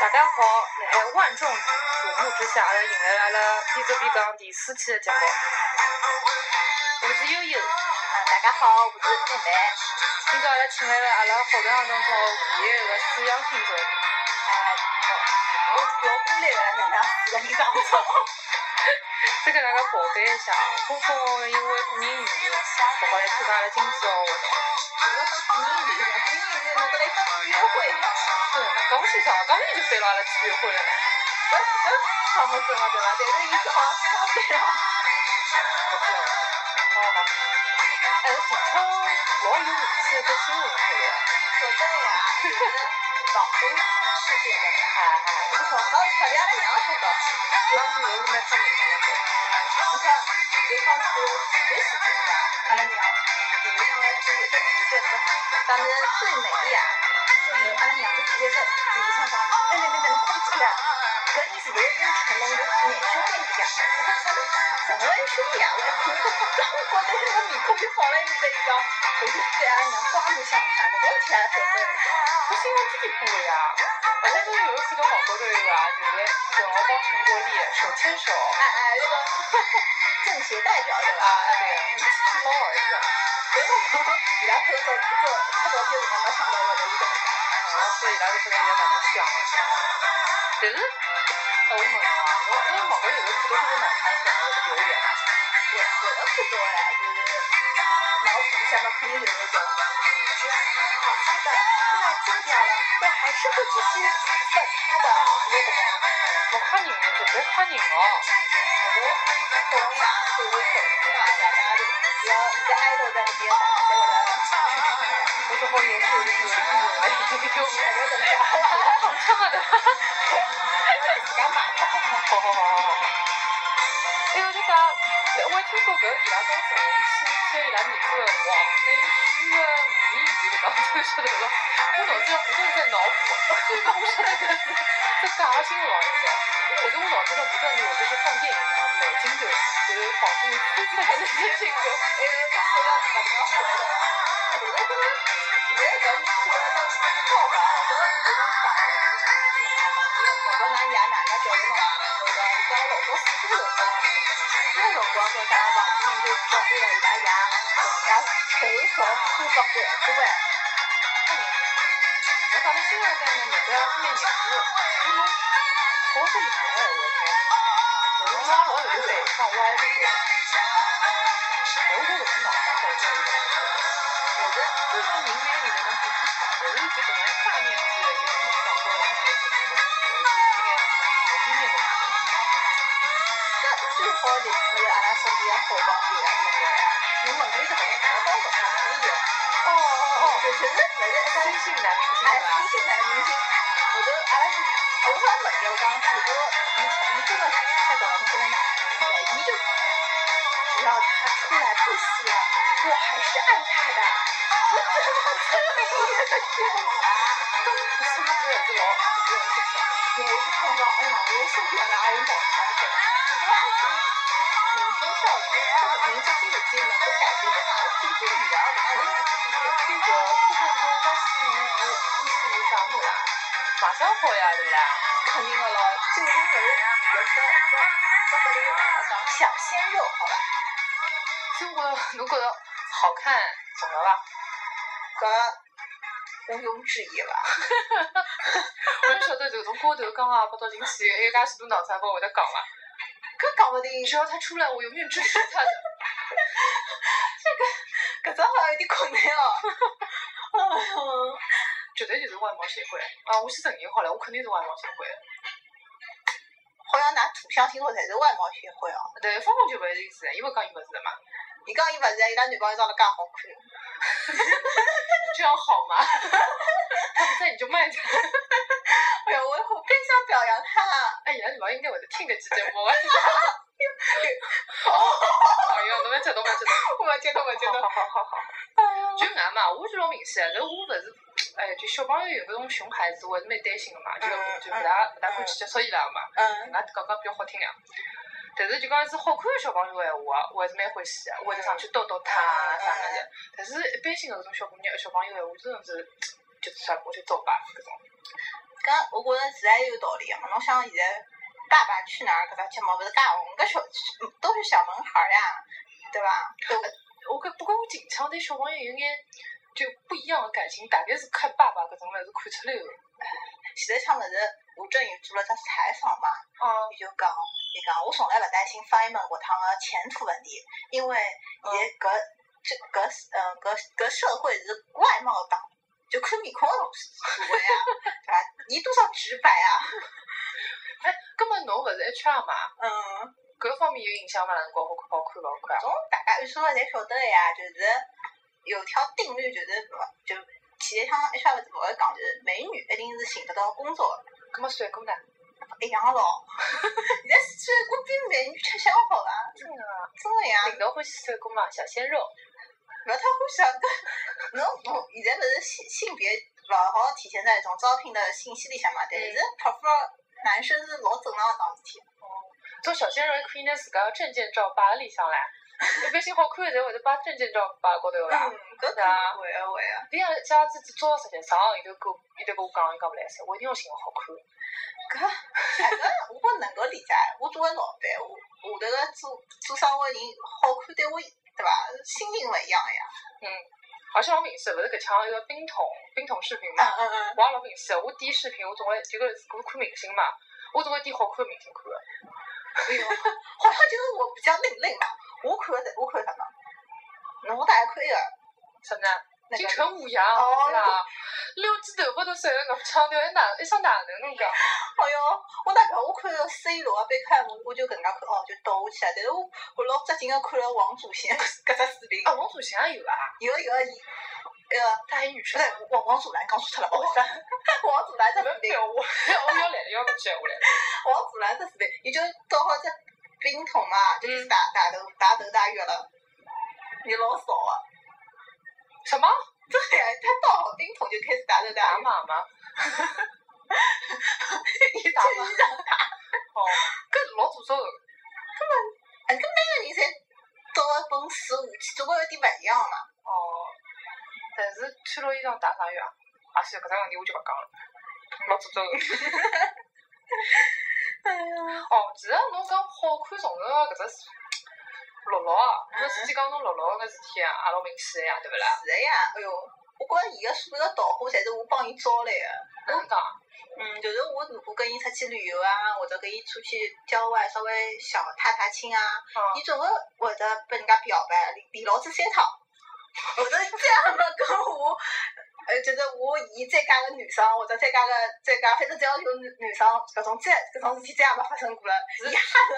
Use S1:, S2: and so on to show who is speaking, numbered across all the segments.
S1: 大家好，在万众瞩目之下，阿拉迎来了阿拉边走边讲第四期的节目。我是悠悠，
S2: 呃大家好，我是妹妹。
S1: 今朝阿拉请来了阿拉好朋友当中唯一一个水象星座，
S2: 呃我是比较孤立的，哪 能四个名当中？
S1: 再跟大家报备一下，峰峰因为个人原因不好来参加阿拉今次的活动。
S2: 我是女人，女人侬跟来跟我约会，
S1: 对，讲起啥？讲起就飞到阿拉去约会了呢。
S2: 搿搿啥么子嘛对伐？但是伊是好像相反了，
S1: 不是，好吧。哎，近腔老有名气的新闻会了。
S2: 说真的呀， 就是网红世界的，
S1: 哎哎，
S2: 我从早吃两个两说到，
S1: 老有名蛮出名的。
S2: 你看对方是学习型的，阿拉娘，比如他们是有的有的，咱们最美丽啊，就是阿拉娘就直接在底上讲，妹妹妹妹侬快出来。搿你是不是跟成龙的演兄弟一样？我说成成龙兄弟啊，我就看不懂，我觉得这个面孔就放了一在一个，我就对阿拉娘刮目相看，我好起来反正。
S1: 我新闻最多呀，而且都有几个广告都有啊，就是小敖帮陈国立手牵手
S2: 哎哎，那个政协代表对
S1: 啊，
S2: 吧？
S1: 哎对，一起去捞儿子。
S2: 所以我伊拉拍照拍照拍照片，我没想到我的一个。
S1: 啊，所以伊拉就这个也蛮能想的。但是，哎，我问你啊，侬因为网高头有的看到这个脑残粉，我就留言，
S2: 我我的不多呀，就是脑补一下嘛，肯定有那种。觉得他好好的，虽然丢掉了，但还是会继续等他的。那个
S1: 勿吓人的，就别吓人哦。
S2: 我觉得抖音啊，就是粉丝嘛，大家就只要你的 idol 在那边打，在我的
S1: 我这好研究一个礼物，哎，这个
S2: 我就怎么样？
S1: 好呛的。
S2: 敢买它？
S1: 好好好好好。还有就啥，我还听说搿伊拉种成人去接伊拉儿子的辰光，那有虚的谜语搿当中晓得伐？我脑子要不断地在脑补，所以我晓得搿是这假新闻一些。但是我脑子在不断地，我就是放电影啊，脑筋就就是仿佛自己在那些这个。
S2: 因为这说要怎么回的？我觉得别人给你说的都是错的，我觉得不用反应。我拿牙哪个表弄啊？我的一个老公四岁老公，四岁老公给他把面就照顾了一把牙，然后肥手粗个管子喂。
S1: 看你，我反正现在在那也不要面子，因为我是女人，我天，我们家老有一种上歪路，我觉得是脑袋搞这一种，有的自说明白你的东西不少，有的就可能大面积的一个想说的东西，就是今年今年的。
S2: 最好的就是阿拉身边好朋友啊，就是侬问伊个问题，我帮问他可以。
S1: 哦哦哦，
S2: 就其实勿是一
S1: 新
S2: 个
S1: 兴男明星啊
S2: 哎
S1: 对吧？
S2: 新兴男明星，我都阿拉是，我帮问伊，我讲如果你你真的太搞了，你真的买，伊就只要他出来不喜欢，我还是爱他的。我真的真的特别的激动，
S1: 是不是有这种这种事情？
S2: 有一次碰到，哎呀，我受不了了，阿人脑残粉，我觉得他是民间教育，这种民族艺术节能够改变这种对这个女儿的啊爱
S1: 我
S2: 的
S1: 们这个初中中到四年级，一四年上路了，马上火呀，对不对？
S2: 肯定的了，这个因为人的这个小鲜肉，好吧，
S1: 中国侬觉得好看重要伐？
S2: 搿毋庸置疑了。
S1: 我就晓得就从高头讲啊，跑到进去，还有介许多脑残粉会得讲啊。
S2: 搿讲不定
S1: 只要他出来，我永远支持他的。
S2: 搿只好像有点困难哦。哎呦，
S1: 绝对就是外貌协会啊！我先承认好了，我肯定是外貌协会。
S2: 好像㑚土象星座才是外貌协会哦。
S1: 但是芳芳就勿是意思，伊勿讲伊勿是的嘛，
S2: 伊讲伊勿是，伊拉男朋友长得介好看，
S1: 这样好吗？他不在你就卖他。
S2: 哎呦，我好真想表扬他啊。
S1: 哎，伊拉女朋友应该会得听搿期节 目。哎哦呦，侬勿要激动，勿要激动。
S2: 我觉得，我觉得，
S1: 好好好好。
S2: 哎呦
S1: 就俺嘛，我就老明显，但是我不是，哎，就小朋友有搿种熊孩子，我还是蛮担心的嘛，就
S2: 嗯
S1: 就不大不大敢去接触伊拉嘛，
S2: 嗯
S1: 人，家讲讲比较好听呀。但是就讲是好看的小朋友的闲话，我还是蛮欢喜啊的，我会得上去逗逗他啊啥物事。但是一般性的搿种小姑娘、小朋友的闲话，真的是就算我就走吧搿种。
S2: 搿我觉着自然有道理啊。侬想现在《爸爸去哪儿》搿只节目勿是介红，搿小都是小男孩儿呀，对伐？都
S1: 我跟不过我近腔对小朋友有眼就不一样的感情，大概是看爸爸搿种物事看出来的。
S2: 前头像勿是吴镇宇做了只采访嘛，
S1: 嗯，
S2: 伊就讲，伊讲我从来勿担心方一门学堂个啊前途问题，因为现在搿这搿呃搿搿社会是外貌党，就看面孔所谓啊，对伐？你多少直白啊，
S1: 哎，搿么侬勿是 HR 嘛？
S2: 嗯。
S1: 搿方面有影响伐？辰光好看好看勿好看啊？
S2: 种大家按说了侪晓得个呀，就是有条定律，就是勿就企业上 HR 勿会讲，就是美女一定是寻得到工作的，
S1: 搿么帅哥呢？
S2: 一样咯。 现在帅哥比美女吃香好伐？
S1: 真的啊，
S2: 真个呀，
S1: 领导欢喜帅哥嘛，小鲜肉。
S2: 勿要太欢喜啊！ 搿侬侬现在勿是性性别勿好体现在一种招聘的信息里向嘛？但是 prefer 男生是老正常个桩事体。
S1: 做小鲜肉还可以拿自家的证件照摆里向来， 一般性好看的侪会得把证件照摆高头个
S2: 嗯
S1: 啦。，
S2: 搿肯定会个会个。
S1: 别人家自己照实际上，伊头跟我伊头跟我讲，伊讲勿来塞，我一定要寻个好看的。
S2: 搿反正我不能够理解，我作为老板，我下头个做做生活人好看对我对伐？心情勿一样呀。
S1: 而嗯且老明显，勿是搿腔一个冰桶冰桶视频嘛，
S2: 嗯嗯。
S1: 我也老明显，我点视频我总会就搿我看明星嘛，我总会点好看的明星看的。
S2: 哎呦， 好像就是我比较另类嘛。我看的我看什么？侬大概看一个
S1: 什么呢？
S2: 那
S1: 金
S2: 个。
S1: 城武呀，
S2: 哦
S1: 是吧？撩起头发都甩了搿副腔调，还哪还想哪能侬讲？
S2: 哎呦，我大概我看了 C 罗啊、贝克汉姆，我就搿能介看，哦，就倒下去了。但是我我老扎劲个看了王祖贤搿只视频，
S1: 啊，王祖贤也有啊，
S2: 有个有个伊，那个
S1: 他还女
S2: 不
S1: 生
S2: 是。王王祖蓝讲错脱了，不好意思啊，王祖蓝
S1: 你
S2: 这
S1: 们
S2: 视频
S1: 表我，我要来了，要搿接下来了。
S2: 王祖蓝这视频，伊就倒好只冰桶嘛，就是打打头打头打月了，你老少啊！
S1: 什么？
S2: 对呀，他倒好冰桶就开始打头打
S1: 打
S2: 月，
S1: 码吗？
S2: 一打嘛，
S1: 哦，搿老诅咒的。
S2: 那你才倒一本十武器，总归有点勿一样嘛。
S1: 哦，但是穿了衣裳打啥药啊？啊，算了，搿只问题我就勿讲了，老诅咒的。
S2: 哎呀，
S1: 哦，其实侬讲好看重要搿只事落落啊，侬之前讲侬落落搿事体啊，也老明显个呀，对勿啦？
S2: 是的呀，哎呦，我觉着伊个所有个导火侪是我帮伊招来的。
S1: 哪能讲？
S2: 嗯，就是我如果跟伊出去旅游啊，或者跟伊出去郊外稍微小踏踏青啊，
S1: 嗯
S2: 伊总归会得被人家表白，连连老子三趟，会得这样的跟我，呃，就是我伊再加个女生，或者再加个再加，反正只要有女女生，搿种再搿种事体再也没发生过了，
S1: 是
S2: 一下子，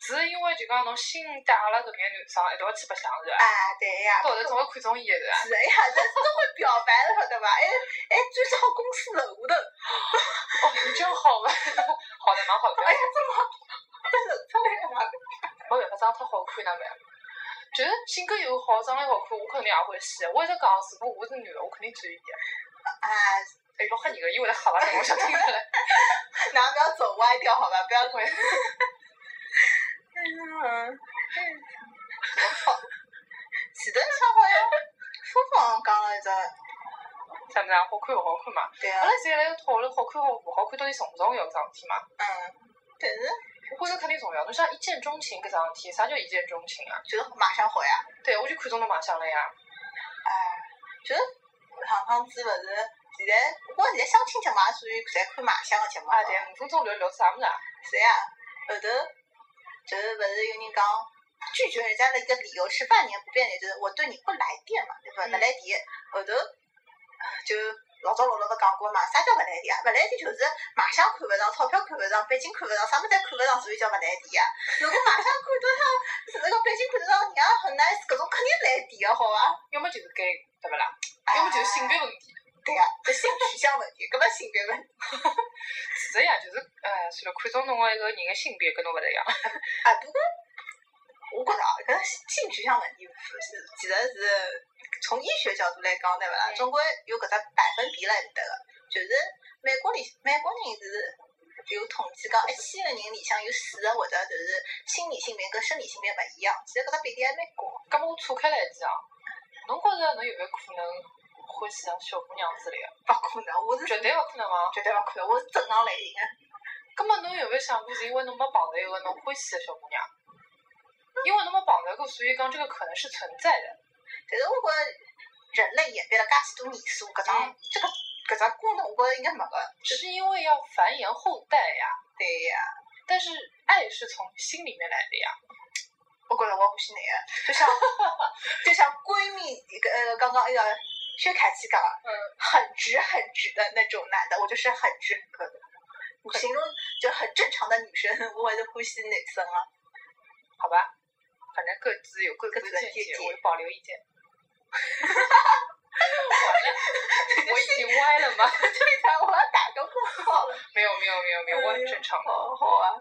S1: 是因为就讲侬新带阿拉搿眼男生一道去白相是伐？
S2: 哎，对呀，
S1: 到头总会看中伊个是伐？
S2: 是的呀，但是都会表白了，晓得伐？哎还还追上公司楼 下头，
S1: 哦，你真好伐？ 好的，蛮好的
S2: 哎。呀，真好，真的呀，
S1: 没办法，长得太好看了没？就是性格又好，长得又好看，我肯定也会喜。我一直讲，如果我是女的，我肯定追伊的。
S2: 哎。
S1: 哎，老吓人个，伊会得吓了侬，我想听出来。
S2: 然后不要走歪掉，好吧？不要滚。嗯，好，前头像好像疯狂讲了一 只，
S1: 啥物事啊？好看勿好看嘛？
S2: 对
S1: 阿
S2: 啊
S1: 拉，现在来讨论好看好勿好看到底重勿重要搿桩事体嘛？
S2: 嗯，但是
S1: 我觉着肯定重要。侬像一见钟情搿桩事体，啥叫一见钟情啊？
S2: 觉得马上好呀，
S1: 对，我就看中侬卖相了呀。
S2: 哎，就是上趟子勿是现在，我现在相亲节目也属于在看马相的节目
S1: 啊，对，五分钟聊聊啥物事啊？
S2: 是呀，后头就是勿是有人讲拒绝人家的一个理由是万年不变的，就是我对你不来电嘛，对伐？
S1: 嗯
S2: 勿来电，后头就老早老早勿讲过嘛，啥叫勿来电啊？勿来电就是卖相看勿上，钞票看勿上，背景看勿上，啥物事侪看勿上，所以叫勿来电啊。如果卖相看得上，是那个背景看得上，人家很 nice，搿种肯定来电个好伐？
S1: 要么就是 gay，对勿啦？要么就是性别问题。
S2: 对呀、就性取向问题，搿么性别问题
S1: 其实呀，就是哎，算了，看中侬个一个人个性别跟侬勿一样。
S2: 啊，不过我觉着啊，搿性取向问题是其实是从医学角度来讲，对勿啦？
S1: 嗯
S2: 总归有搿只百分比辣里头个，就是美国里美国人是有统计讲，一千个人里向有四个或者就是心理性别跟生理性别勿一样，其实搿只比例还蛮高。
S1: 咁么我岔开来讲，侬觉着侬有没有可能会欢喜成小姑娘之类的，
S2: 不可能，我是
S1: 绝对勿可能啊！
S2: 绝对勿可能，我是正常类型的。
S1: 葛末侬有没有想过，是因为侬没碰到一个侬欢喜的小姑娘？因为侬没碰到过，所以讲这个可能是存在的。
S2: 但是我觉着人类演变了介许多年数，搿种这个搿只功能，我觉着应该没个。
S1: 是因为要繁衍后代呀。
S2: 对呀，
S1: 但是爱是从心里面来的呀。
S2: 我觉着我欢喜男的，就 像就像闺蜜一个呃刚刚那个薛凯琪讲的，
S1: 嗯，
S2: 很直很直的那种男的，我就是很直很直的。我形容就是很正常的女生，我还是欢喜男生啊。
S1: 好吧，反正各自有各自
S2: 各
S1: 的
S2: 自的
S1: 见
S2: 见
S1: 解，
S2: 解
S1: 我保留意 见。完了，我已经歪了吗？
S2: 对的，我要打个问号了。
S1: 没有没有没有没有，我很正常的。
S2: 好好啊。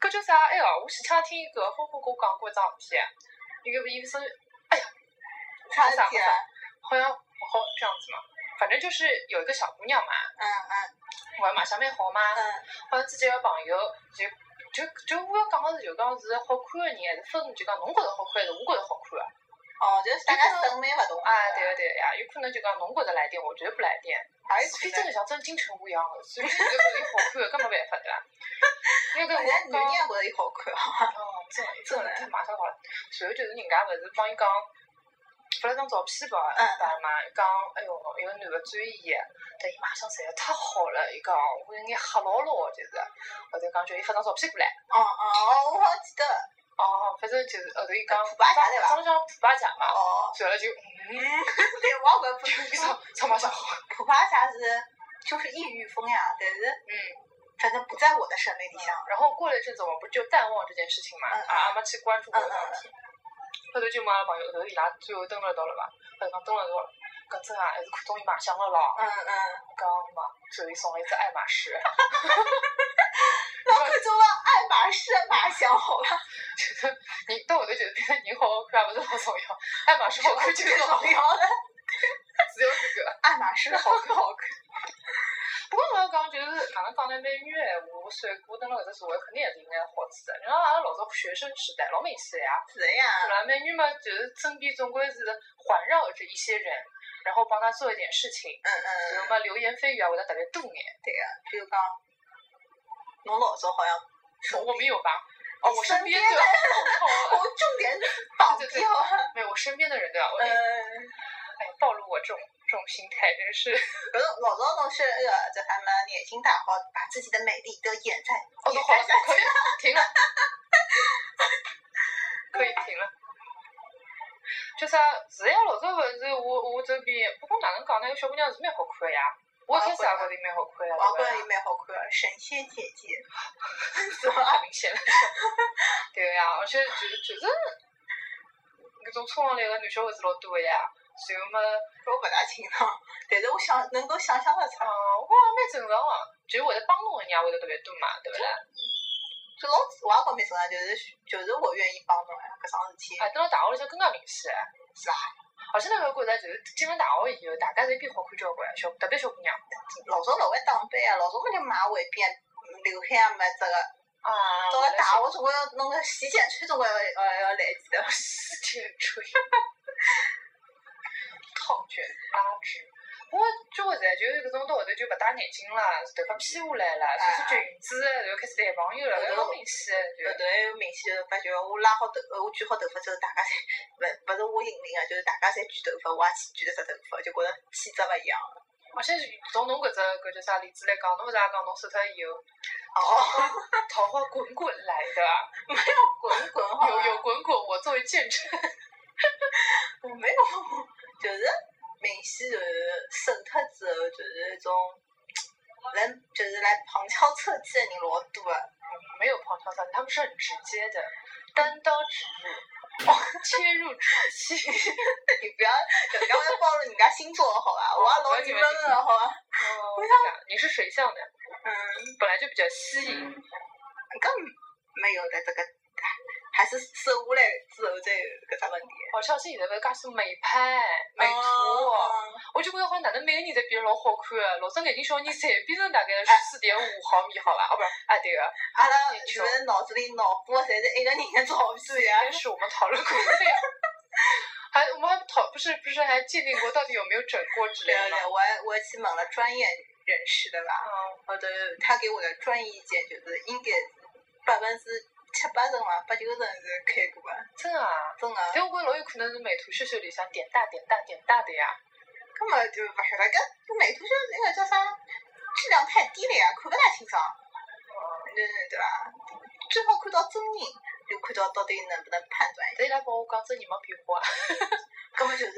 S1: 搿叫啥？哎哟，我前天听一个峰峰给我讲过一桩事体，一个医生
S2: 啥事体啊？
S1: 好像好这样子嘛，反正就是有一个小姑娘嘛，
S2: 嗯嗯
S1: 玩马相蛮好嘛，
S2: 嗯
S1: 好像自己个朋友就就就我要讲个是就讲是好看个人还是分，就讲侬觉着好看还是我觉着好看啊？
S2: 哦，就是大家审美勿同
S1: 啊，对个对个呀，有可能就讲侬觉着来电，我觉得不来电。
S2: 还有
S1: 非真的像真金成乌一样的，所以你觉得好看， 搿没办法对伐？因为搿
S2: 人
S1: 我
S2: 家女
S1: 讲
S2: 人，也觉得伊好看哦。
S1: 哦，真的真的太马上好了。随后就是人家勿是帮伊讲，发了张照片吧，
S2: 嗯
S1: 爸嘛，伊讲，哎哟，有个男个追伊，但伊马相实在太好了，伊讲我有眼吓牢牢的，就是，后头讲叫伊发张照片过来，
S2: 哦哦哦，我好记得。
S1: 哦，反正就是后头伊讲，
S2: 普巴甲对伐
S1: 长得像普巴甲嘛，
S2: 哦。
S1: 然后就，嗯，
S2: 对，我也觉得
S1: 伊
S2: 普
S1: 长长马相好，
S2: 普巴啥是就是异域风呀，但是
S1: 嗯。
S2: 反正不在我的审美里向。
S1: 然后过了一阵子，我们不就淡忘这件事情嘛，
S2: 嗯嗯嗯
S1: 啊，没去关注过这个问题。后头就问阿拉朋友，后头伊拉最后登了到了吧？后头讲登了到了，讲真啊，还是看中伊卖相了咯。
S2: 嗯嗯。
S1: 讲嘛，最后伊送了一只爱马仕， 嗯
S2: 那可就了爱马仕马 香好吧？
S1: 就是你到后头觉得变成人好好看，不是老重要，爱马仕好看就是好看，
S2: 要的，
S1: 只有这个。
S2: 爱马仕好看好看。
S1: 不过我要讲，就是哪能讲呢？美女的闲话，我虽然我登了搿只社会，肯定还是有眼好处的。你像阿拉老早学生时代，老明显的呀。
S2: 是呀。
S1: 本来美女嘛，就是身边总归是环绕着一些人，然后帮她做一点事情，
S2: 嗯嗯。
S1: 然后嘛流言蜚语啊，会得特别多眼。
S2: 对呀，比如讲，侬老早好像。
S1: 我没有吧？哦，我身边
S2: 身
S1: 的，
S2: 边
S1: 我
S2: 我哦重点是绑
S1: 对对对
S2: 票啊。
S1: 靠，没有我身边的人对吧？我哎
S2: 嗯。
S1: 呀，暴露我这种这种心态，真是
S2: 可是老早总是那个叫什么野心大好，把自己的美丽都掩在
S1: 哦，
S2: 掩
S1: 都好了
S2: 盖在，
S1: 可以停了，可以停了。就啥，是呀，老早勿是我我周边，不过哪能讲呢？有小姑娘是蛮好看的呀，我一开始也觉得蛮好看呀，
S2: 王
S1: 对
S2: 冠
S1: 伐
S2: 也？蛮好看，神仙姐姐， 是吧？
S1: 太明显了。 对呀、而且就是就是搿种冲浪类个男小孩子老多个呀。然后嘛，
S2: 我不大清爽，但是我想能够想象得
S1: 嗯，
S2: 出来，
S1: 我觉蛮正常个，就是会得帮侬个人也会得特别多嘛，对勿啦？
S2: 就老啊子我也觉蛮正常，就是就是我愿意帮侬呀，搿桩事体
S1: 啊，等到大学里向更加明显，
S2: 是吧？
S1: 而且那个觉着就是进了大学以后，大家侪变好看交关，小特别小姑娘。
S2: 老早老会打扮啊，老早么就买围辫、刘海啊么这个，
S1: 啊，
S2: 到了大学总归要弄个洗剪吹，总归要要要来几的。
S1: 四天吹，烫卷拉直。啊不过交关现在就是搿种到后头就勿戴眼镜啦，头发披下来啦，穿穿裙子，然后开始谈朋友了，搿老明显
S2: 后
S1: 的，
S2: 头还有明显就发觉，我拉好头，呃我卷好头发之后，大家侪勿勿是我引领啊个，就是大家侪卷头发，我也去卷了只头发，就觉着气质勿一样了。
S1: 而且从侬搿只搿叫啥例子来讲，侬勿是也讲侬瘦脱以后，
S2: 哦，
S1: 桃花滚滚来的，
S2: 滚滚好
S1: 有
S2: 吧
S1: 有滚滚，我作为见证。
S2: 我没有，就是明显就是瘦脱之后，就是一种来就是来旁敲侧击的人老多的。
S1: 没有旁敲侧击，他们是很直接的，单刀直入，切入主题。
S2: 你不要，人家要暴露人家星座好吧？哦我也老郁闷了好吧？
S1: 哦，你是水象的，
S2: 嗯，
S1: 本来就比较吸引。
S2: 搿没有的这个，还是瘦下来之后再有搿只问题。
S1: 哦，相信现在勿是介许美拍、美图，
S2: 哦
S1: 我就觉着好像哪能每个人侪变得老好看个，老早眼睛小人侪变成大概十四点五毫米，好伐？哦，不是，啊对个，
S2: 阿拉就是脑子里脑补的侪是一个人的照片
S1: 但
S2: 呀。
S1: 是我们讨论过这样。还我们还讨不是不是还鉴定过到底有没有整过之类
S2: 对
S1: 的吗
S2: 对，？我我请问了专业人士对吧？
S1: 嗯，
S2: 后头他给我的专业意见就是应该百分之七八十嘛，八九十是开过的，
S1: 真的啊。
S2: 真的。
S1: 但我觉着老有可能是美图秀秀里向点大点大点大的呀。
S2: 根本就不晓得，搿搿美图秀那个叫啥，质量太低了呀，看不大清爽。
S1: 嗯
S2: 对对对吧？最好看到真人，就看到到底能不能判断一下。
S1: 但伊拉哎帮我啊讲，真人没变化。
S2: 根本就是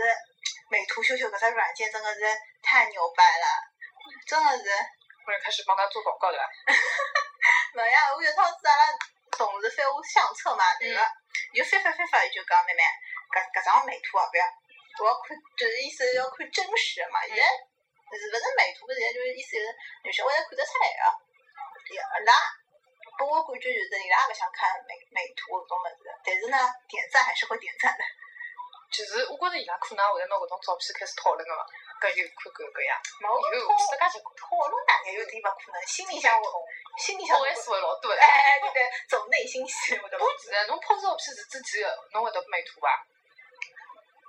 S2: 美图秀秀搿只软件真的是太牛掰了，真的是。
S1: 我也开始帮他做广告了。
S2: 没呀，我有趟子阿拉同事翻我相册嘛，对伐？伊就翻翻翻翻，伊就讲妹妹，搿搿张美图啊，不要，我要看，就是意思要看真实的嘛。现在是勿是美图？现在就是意思就是女小孩侪看得出啊来个。伊阿拉，拨我感觉就是伊拉也勿想看美美图搿种物事，但是呢，点赞还是会点赞的。
S1: 其实我觉着伊拉可能也会得拿搿种照片开始讨论个嘛，搿又看搿个呀，
S2: 没我
S1: 有
S2: 讨
S1: 世界结棍，
S2: 讨论大概有点勿可能，心里想我，心里想
S1: 讨
S2: 我，
S1: 还是会老多的。
S2: 哎，对对，走内心戏，我的妈
S1: 我记得侬拍照片是之前个，侬会得美图伐？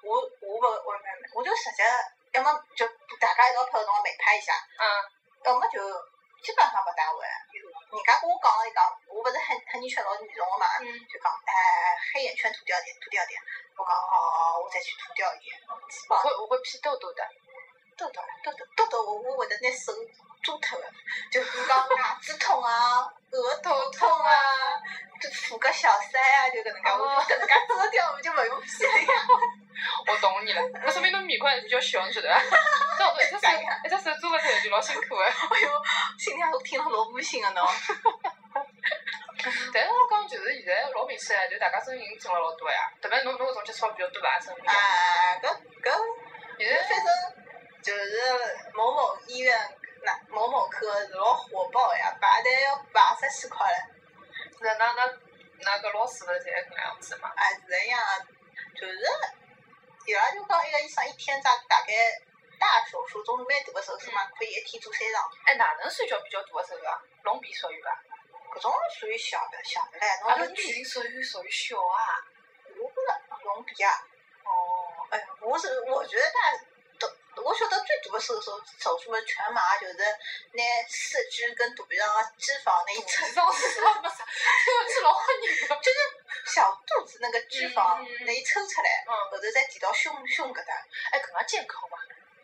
S2: 我我不我没没，我就直接要么就大家一道拍个辰光美拍一下，
S1: 嗯，
S2: 要么就基本上勿大会。人家跟我讲了一讲，我勿是黑黑眼圈老严重个嘛，
S1: 嗯
S2: 就讲哎黑眼圈涂掉点，涂掉点。我讲哦哦，我再去涂掉一点。基本
S1: 我
S2: 上
S1: 会我会偏痘痘的。
S2: 痘痘痘痘痘痘，我我会得拿手抓脱个，就比讲牙齿痛啊，额头痛啊，就敷个小腮啊，就搿能介，我就搿能介遮掉，我就勿用 洗了呀。
S1: 我懂你了，那说明侬面孔还是比较小，你 晓得伐？像我一只手一只手做勿出来就老辛苦个。
S2: 哎呦，心里我听了老恶心个喏。
S1: 但是我讲就是现在老明显，就大家真人整了老多呀，特别侬侬搿种接触比较多伐？真人。
S2: 啊，搿搿
S1: 现在
S2: 反正就是某某医院那某某科是老火爆的呀，排队要排十几块嘞，
S1: 那那那那个老师勿是侪搿能样子嘛？
S2: 啊是这样啊，就是伊拉就讲一个医生一天大大概大手术，总是蛮大个手术嘛，可以一天做三场，
S1: 哎，哪能算叫比较大个手术啊？隆鼻属于伐？
S2: 搿种属于小的小的嘞，
S1: 阿
S2: 侬
S1: 拉
S2: 就
S1: 女性属于属于小啊。
S2: 我觉着隆鼻啊，
S1: 哦，
S2: 哎，我是我觉得大。都我晓得最大的手术手术嘛，全麻就是拿四肢跟肚皮上的脂肪那一
S1: 这
S2: 层
S1: 种事 我没啥，这是老吓人的。
S2: 小肚子那个脂肪
S1: 嗯
S2: 那一抽出来，
S1: 嗯，
S2: 后头再提到胸胸搿搭，
S1: 哎，搿能健康伐？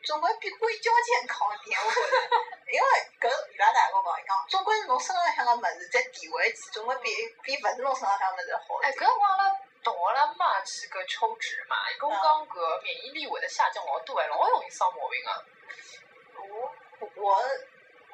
S2: 总归比硅胶健康一点，我觉着。 因为搿伊拉哪个讲，伊讲总归是侬身浪向个物事再提回去，总归比比勿是侬身浪向物事好一
S1: 哎，
S2: 点。
S1: 搿辰光阿拉同学啊阿拉妈去搿抽脂嘛，伊跟
S2: 嗯
S1: 我讲搿免疫力会得下降老多哎，老容易生毛病啊个。
S2: 我我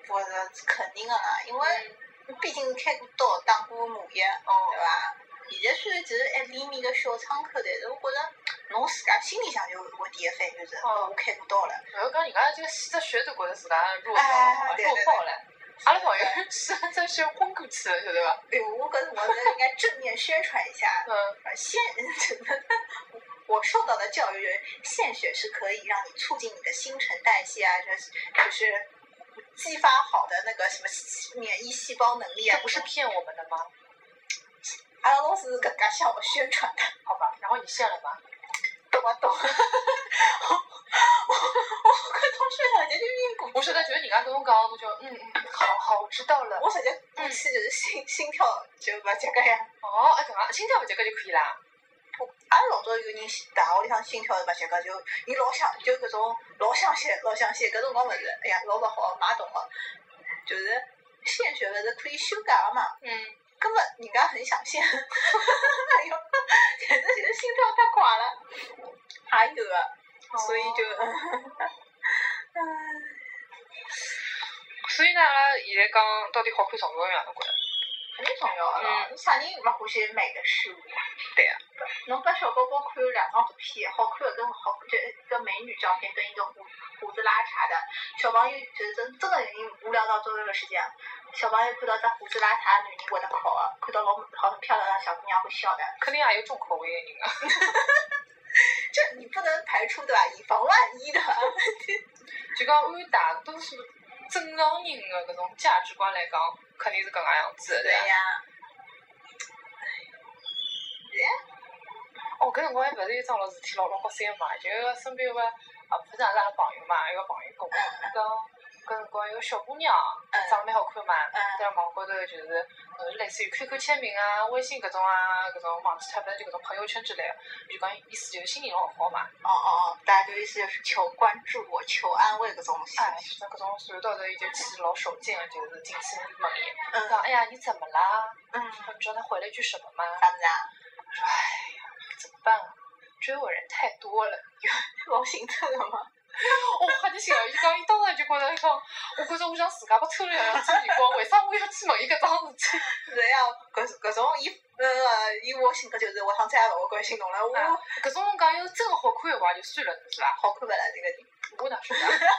S2: 我是肯定个啦，因为
S1: 嗯
S2: 毕竟开过刀，打过麻药，
S1: 哦
S2: 对，伐？现在虽然只是一厘米个小伤口，但是我觉着侬自家心里向就会第一反应就是，
S1: 哦
S2: 哦，我开过刀了。
S1: 然后讲人家这个洗只血都觉着自家弱掉
S2: 哎
S1: 了
S2: 对
S1: 弱
S2: 对
S1: 爆了。阿拉朋友 洗只血昏过去了，晓得伐？
S2: 哎呦，我觉着我们应该正面宣传一下。
S1: 嗯，
S2: 而献， 我受到的教育人，献血是可以让你促进你的新陈代谢啊，就是就是激发好的那个什么细免疫细胞能力啊
S1: 这。不是骗我们的吗？
S2: 阿拉公司是搿敢向我宣传的，
S1: 好吧，然后你信了吧？
S2: 懂不 懂？我我我快同事小姐就晕过去了，
S1: 我晓得，就是人家跟我讲，我就嗯嗯，好好，我知道了。
S2: 我直接呼
S1: 嗯
S2: 气就是心心跳就勿及格呀。
S1: 哦，哎，搿能心跳勿及格就可以啦。
S2: 阿拉老早有人大学里向心跳勿及格，就伊老想就搿种老想写老想写搿辰光物事，哎呀老勿好，买懂了，啊就是献血勿是可以休假个嘛，
S1: 嗯。
S2: 根本人家很想 献，哎呦，简直就是心跳太快了，还有个，所以就。嗯
S1: 所以呢，阿拉现在讲到底好看重不重要？侬觉得？
S2: 肯定重要个咯，
S1: 嗯
S2: 你啥人勿欢喜美的事物呀？
S1: 对呀
S2: 侬拨小宝宝看两张图片，好看的跟勿好看，就一个美女照片跟一个胡胡子拉碴的小朋友，就是真真的已经无聊到做这个事情。小朋友看到只胡子拉碴的女人会得哭的，看到老好很漂亮的小姑娘会笑 的。
S1: 肯定也有重口味的人啊。
S2: 这你不能排除对吧？以防万一的。
S1: 就讲按大多数正常人的搿种价值观来讲，肯定是搿能样子的，对伐？
S2: 呀。哎，
S1: 哦，搿辰光还勿是有桩老事体老老搞三嘛，就身边有个啊，不是也是阿拉朋友嘛，有个朋友跟我讲，搿辰光有个小姑娘长得蛮好看嘛，
S2: 嗯
S1: 在网高头就是呃类似于 QQ 签名啊、微信搿种啊、搿种忘记脱，反正就搿种朋友圈之类的，就讲意思就是心情老好嘛，
S2: 哦哦哦，大家就意思就是求关注我、求安慰搿种心
S1: 哎，
S2: 情。
S1: 是搿种随到头伊就去老手贱的，就是进去问伊，
S2: 嗯
S1: 讲哎呀你怎么啦？
S2: 嗯，
S1: 你知道他回了一句什么吗？
S2: 咋子啊？
S1: 说哎呀怎么办啊？追我人太多了。
S2: 老心疼了吗？
S1: 我吓得心了，伊讲伊当啊然就觉着讲，我觉着我想自家被偷了两次耳光，为啥我要去问伊搿桩事体？
S2: 是呀，搿搿种伊呃伊我性格就是我想再也勿会关心侬了，我
S1: 啊搿种辰光要是真的好看的话就算了，对伐？
S2: 好看勿啦这个人。
S1: 我哪晓得啊？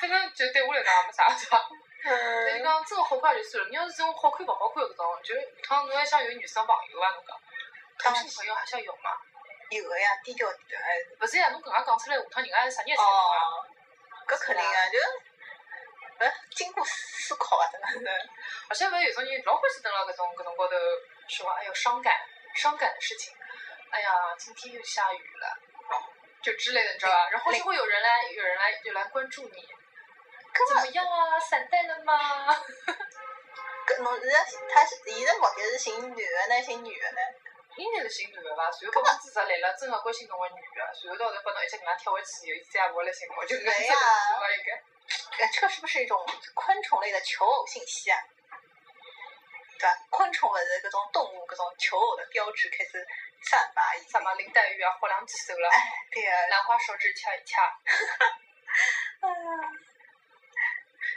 S1: 反正就对我来讲也没啥，对伐？但是
S2: 嗯，
S1: 讲真的好看就算了，你要是这种好看勿好看搿种，就下趟侬还想有女生朋友啊伐？侬讲，
S2: 当
S1: 同性朋友还想有嘛？
S2: 有个呀，低调低调哎。
S1: 勿是呀，侬搿能介讲出来，下趟人家是啥人也
S2: 哦
S1: 睬侬啊？，
S2: 搿肯定啊，就是呃经过思考啊，真的是。
S1: 而且勿是有种人老欢喜蹲辣搿种搿种高头说，哎哟伤感伤感的事情，哎呀今天又下雨了，就之类的，你知道吧？然后就会有人来有人来有来关注你，
S2: 根
S1: 怎么
S2: 本
S1: 样啊？散带了吗？
S2: 搿侬现在他伊的目的是寻男的呢，寻女的呢？
S1: 应该是寻男的吧，随后百分之十来了，真的关心侬个女的，随后到头把侬一脚搿能介跳回去，伊再也勿会来寻我，就 搿能
S2: 没啊
S1: 介
S2: 呀
S1: 对伐？应该。
S2: 呃，这是不是一种昆虫类的求偶信息啊？对吧？昆虫类的各种动物、各种求偶的标志开始散发，已经
S1: 什么林黛玉啊，豁两记手 了，
S2: 对啊，
S1: 兰花手指掐一掐。 哎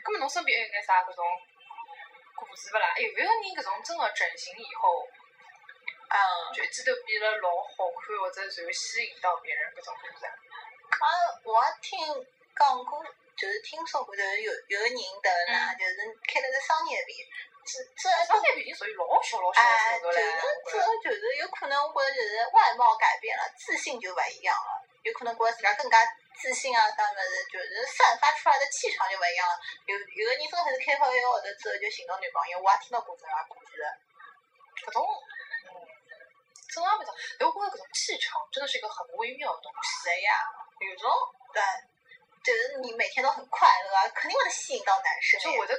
S1: 咁么侬身边还有眼啥搿种故事勿啦？哎，有没有人搿种真个整形以后，
S2: 嗯，
S1: 就一记头变了老好看，或者然后吸引到别人搿种故事？
S2: 啊，我还听讲过，就是听说过，就是有有个人的呢，就是开了个商业病，这这
S1: 商业已经属于老小老小的
S2: 哎，
S1: 程度了
S2: 就是。
S1: 我觉
S2: 这
S1: 得
S2: 就是有可能，我觉着就是外貌改变了，自信就不一样了，有可能觉着自家更加自信啊，啥么子，就是散发出来的气场就不一样了。有有的人真的是开好一个号头之后就寻到男朋友，我也听到过这样故事的。
S1: 搿种，嗯，真个没错。但我觉着搿种气场真的是一个很微妙的东西。
S2: 谁呀？
S1: 有种，
S2: 对，就是你每天都很快乐啊，肯定会吸引到男生的
S1: 就
S2: 呀。
S1: 我的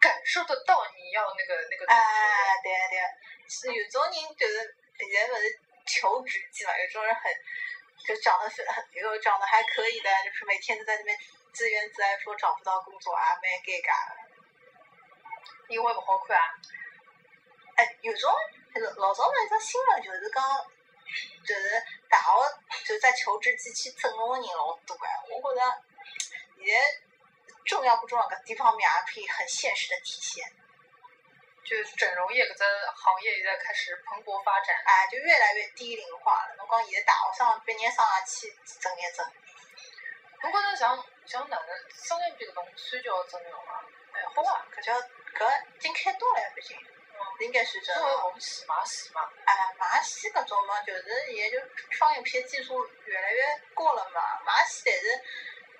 S1: 感受得到你要那个那个东西。
S2: 哎，对对，是有种人就是现在不是求职季嘛，有种人很就长得很很有长得还可以的，就是每天都在那边自怨自艾说找不到工作啊，蛮尴尬的。
S1: 因为勿好看啊。
S2: 哎，有种老老早那只新闻就是讲，就是大学就在求职季去整容的人老多哎，我觉得现在重要不重要搿地方面也可以很现实的体现。
S1: 就是整容业搿只行业现在开始蓬勃发展，
S2: 哎，就越来越低龄化了。侬讲现在大学生毕业生也啊去整一整，
S1: 侬觉着像像哪能商业片搿种算叫整容啊？哎，好啊，
S2: 搿叫搿已经开多了呀，毕竟应该是这
S1: 因
S2: 样
S1: 为。我们洗嘛洗嘛，
S2: 哎，马戏搿种嘛，就是现在就商业片技术越来越高了嘛，马戏但是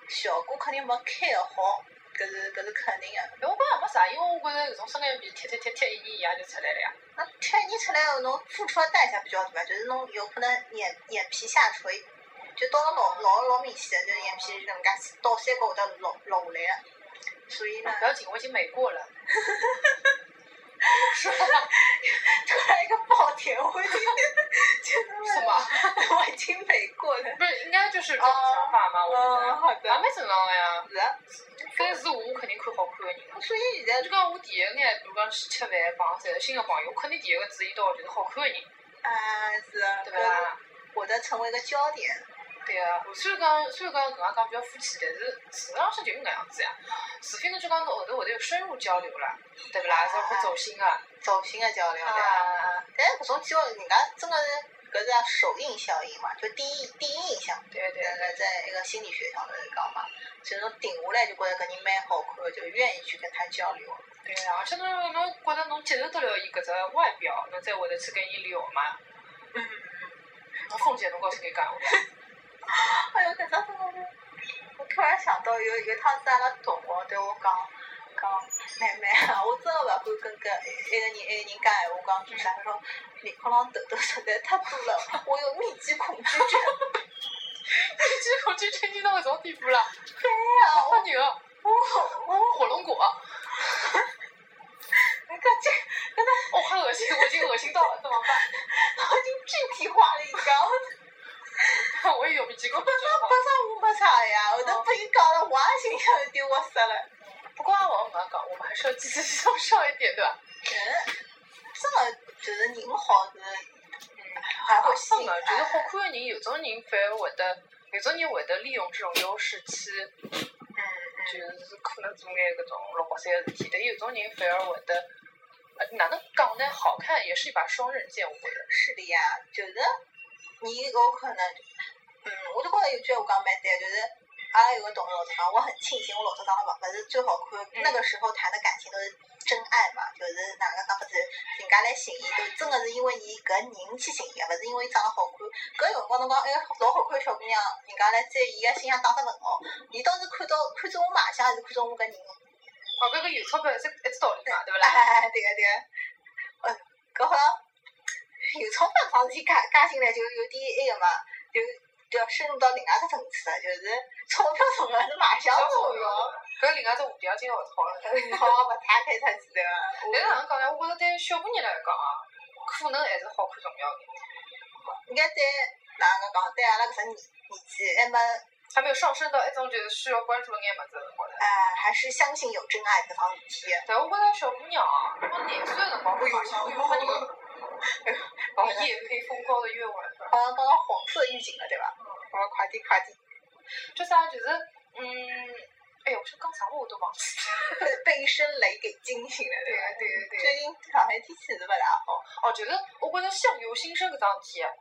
S2: 效果肯定没开个好，搿是搿是肯定的。
S1: 哎，我觉着也没啥，因为我觉着搿种商业片贴贴贴贴一年一夜就出来了呀。
S2: 那贴你出来后，侬付出的代价比较大，就是侬有可能眼眼皮下垂，就到了老老老明显的，就是眼皮能介倒三角会得落落下来的。所以呢，
S1: 不要紧，我已经美过 了。是吧？
S2: 突然一个暴甜，我已经
S1: 是
S2: 什
S1: 吗？
S2: 我已经美过了。
S1: 不是，应该就是这种想法嘛，我觉
S2: 嗯，
S1: 得。
S2: 好
S1: 也。蛮正常的呀，
S2: 是啊，
S1: 但是我肯定看好看的人。
S2: 所以现在
S1: 就讲我第一眼，比如讲去吃饭碰侪是新的朋友，我肯定第一个注意到就是好看的人，
S2: 啊是啊，
S1: 对伐？
S2: 我的成为一个焦点，
S1: 对啊，虽然讲虽然讲搿能介讲比较肤浅，但是事实上是就是搿样子呀。除非侬就讲侬后头会得有深入交流了，对勿啦？才会走心啊。
S2: 走心的交流。对吧
S1: 啊，
S2: 但是搿种交流，人家真的是搿叫首印效应嘛，就第一第一印象。
S1: 对对
S2: 那。个在一个心理学上头讲嘛，其实侬顶下来就觉得搿人蛮好看的，就愿意去跟他交流。
S1: 对啊，而且侬侬觉着侬接受得了伊搿只外表，侬才会得去跟伊聊嘛。
S2: 嗯。
S1: 侬凤姐，侬告诉伊讲，
S2: 哎呦，搿只真的是，我突然想到有有一趟子阿拉同学对我讲，讲，妹妹啊，我真个勿敢跟搿一个人一个人讲闲话，讲做啥？伊讲面孔上痘痘实在太多了，我有密集恐惧症。
S1: 其实我 这真经到了什么地步了？
S2: 对啊，
S1: 好
S2: 我
S1: 牛！
S2: 我我，
S1: 火龙果，哦，
S2: 你看这
S1: 好恶心，我已经恶心到了，怎么办？
S2: 我已经具体化了一讲，我
S1: 我也有密集恐惧
S2: 本
S1: 症
S2: 上本
S1: 哈。
S2: 上我没啥呀，我
S1: 哦
S2: 都被你讲了，我也心想有点窝塞了。
S1: 不过我们讲，我们还是要积极向上一点，对吧？
S2: 嗯，真个就是人好是，嗯，还会吸
S1: 算
S2: 引
S1: 了，就是
S2: 人。
S1: 好看的人，有种人反而会得，有种人会得利用这种优势去。
S2: 嗯嗯，
S1: 就是可能做眼搿种六光三个事体，但有种人反而会得，呃，哪能讲呢？好看也是一把双刃剑，我觉得。
S2: 是的呀，就是你有可能，嗯，我就觉着有句闲话讲蛮对，就是阿拉有个同学老早讲，我很庆幸我老早长得勿勿是最好看，那个时候谈的感情都是真爱嘛，就是哪能讲法子，人家来寻伊，都真个是因为伊搿人去寻伊，勿是因为伊长得好看。搿辰光侬讲，哎，老好看的小姑娘，人家来追伊，个心想打只问号，伊倒是看到看中我卖相，还是看中我搿人？
S1: 哦，搿个有钞票是一只道理嘛，对勿啦？
S2: 哎，对个对个，呃，搿好像有钞票桩事体加加进来就有点那个嘛，就就要深入到另外一个层次了，就是钞票重要还是卖相重要？
S1: 搿另外只话题要今朝勿讨论。
S2: 好，勿摊开出去对伐？
S1: 但是哪能讲呢？我觉着对小姑娘来讲啊，可能还是好看重要一点，
S2: 应该对哪能讲？对阿拉搿只年年纪还没，
S1: 还没有上升到一种就是需要关注的眼物事，我觉着。
S2: 哎，还是相信有真爱搿桩事体。
S1: 但我觉着小姑娘啊，我廿岁的辰光，我发现，哎呦，好人， 哦，夜黑风高的夜晚，是吧？
S2: 好像刚刚黄色预警了对伐？好，快点快点，
S1: 就啥，就是，嗯，哎呦，我是刚啥话我都忘记了。
S2: 被一声雷给惊醒了对伐？
S1: 对对对
S2: 最近上海天气是勿大好，
S1: 哦，就是我觉着相由心生搿桩事体，
S2: 啊。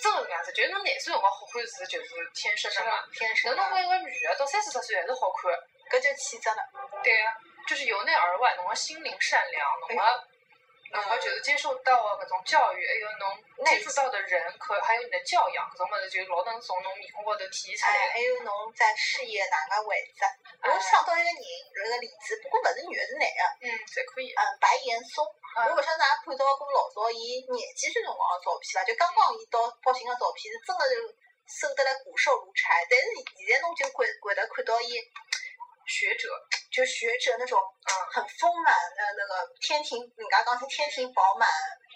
S1: 真个搿样子。就是侬廿岁辰光好看是就是天生的嘛，
S2: 天生
S1: 能
S2: 的
S1: 侬，为一个女的到三四十岁还是好看。
S2: 搿就气质了。
S1: 对呀、就是由内而外，侬个心灵善良，
S2: 哎
S1: 侬个侬个
S2: 嗯
S1: 就是接受到的搿种教育，还有侬接触到的人，可还有你的教养，搿种物事就老能从侬面孔高头体现出
S2: 哎，
S1: 来。
S2: 还有侬在事业哪个位置？我想到一个人，一个例子，不过勿是女的，是男
S1: 嗯，
S2: 的。
S1: 侪可以。
S2: 嗯，白岩松，
S1: 嗯
S2: 我勿晓得㑚看到过老早伊廿几岁辰光个照片伐？就刚刚伊到北京个照片，是真个是瘦得来骨瘦如柴。但是现在侬就会会得看到伊，
S1: 学者，啊
S2: 就学者那种
S1: 嗯，
S2: 很丰满的那个天庭，人家讲是天庭饱满，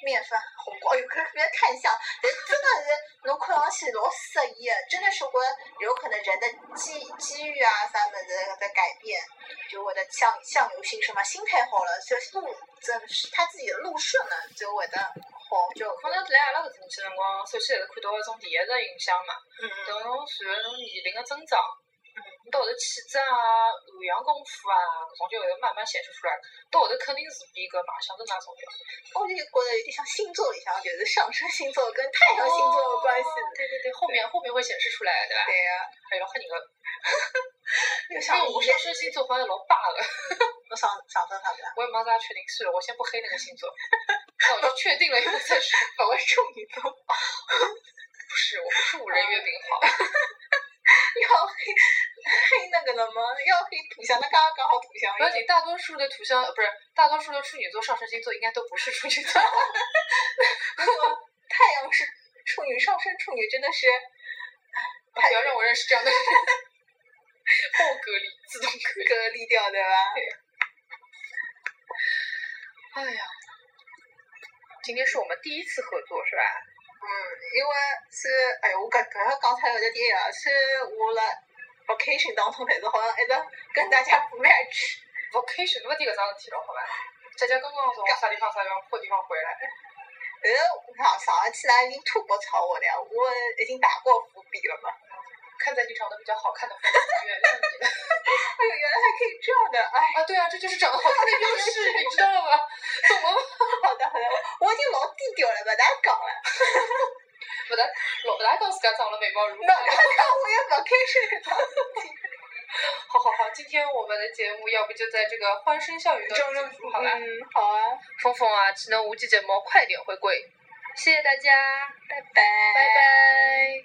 S2: 面粉红光，有可能特别看相，但是真的是侬看上去老色一的，真的是会有可能人的机机遇啊啥么子的改变，就会得相相由心生嘛，心态好了，就路这是他自己的路顺了，就会得好，就
S1: 可能来阿拉搿只年纪辰光，首先还是看到一种第一个印象嘛。
S2: 嗯
S1: 等侬随着侬年龄个增长
S2: 嗯，
S1: 你到后头气质啊、涵养功夫啊，搿种就会慢慢显示出来。到后头肯定是比搿卖相更加重要。
S2: 我哦就觉得有点像星座里向，就是上升星座跟太哎阳星座有关系。
S1: 哦对对对，后面后面会显示出来，对吧？
S2: 对呀、
S1: 哎，老吓人个，因
S2: 又上
S1: 为我上升星座好像老霸个，
S2: 又上上升啥子啊？
S1: 我也没啥确定。算了，我先不黑那个星座， 那我就确定了以后再说。
S2: 我会处女座。
S1: 不是，我不是五人月饼好，
S2: 要黑 黑那个了吗？要黑土象，那刚刚刚好土象。
S1: 不要紧，大多数的土象呃不是大多数的处女座上升星座应该都不是处女座。
S2: 太阳是处女，上升处女真的是
S1: 不要让我认识这样的人， 后隔离，自动隔离。
S2: 割裂掉的吧？
S1: 哎呀，今天是我们第一次合作是吧？
S2: 嗯，因为是哎哟，我刚刚刚讲出来有点点啊，是我了 vacation 当中，但是好像一直哎跟大家不 match。
S1: vacation 那么点个桩事体了，好吧？佳佳刚刚从啥地方啥地方破地方回来，
S2: 但是上上一期呢已经吐槽吵我了，我已经打过伏笔了嘛。
S1: 看在你长得比较好看的方面，原谅你了。
S2: 哎呦，原来还可以这样的，哎。
S1: 啊，对啊，这就是长得好看的优势，你知道了吗？懂了吗？
S2: 好的好的，我已经老低调了，不大讲了。
S1: 不大老不大讲自家长得美貌如
S2: 那
S1: 花。
S2: 那我也 vacation 了。
S1: 好好好，今天我们的节目要不就在这个欢声笑语中结束好吧？
S2: 嗯，好啊，
S1: 峰峰啊，智能无极节目快点回归，谢谢大家，
S2: 拜拜，
S1: 拜拜。
S2: 拜。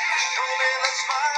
S3: It's my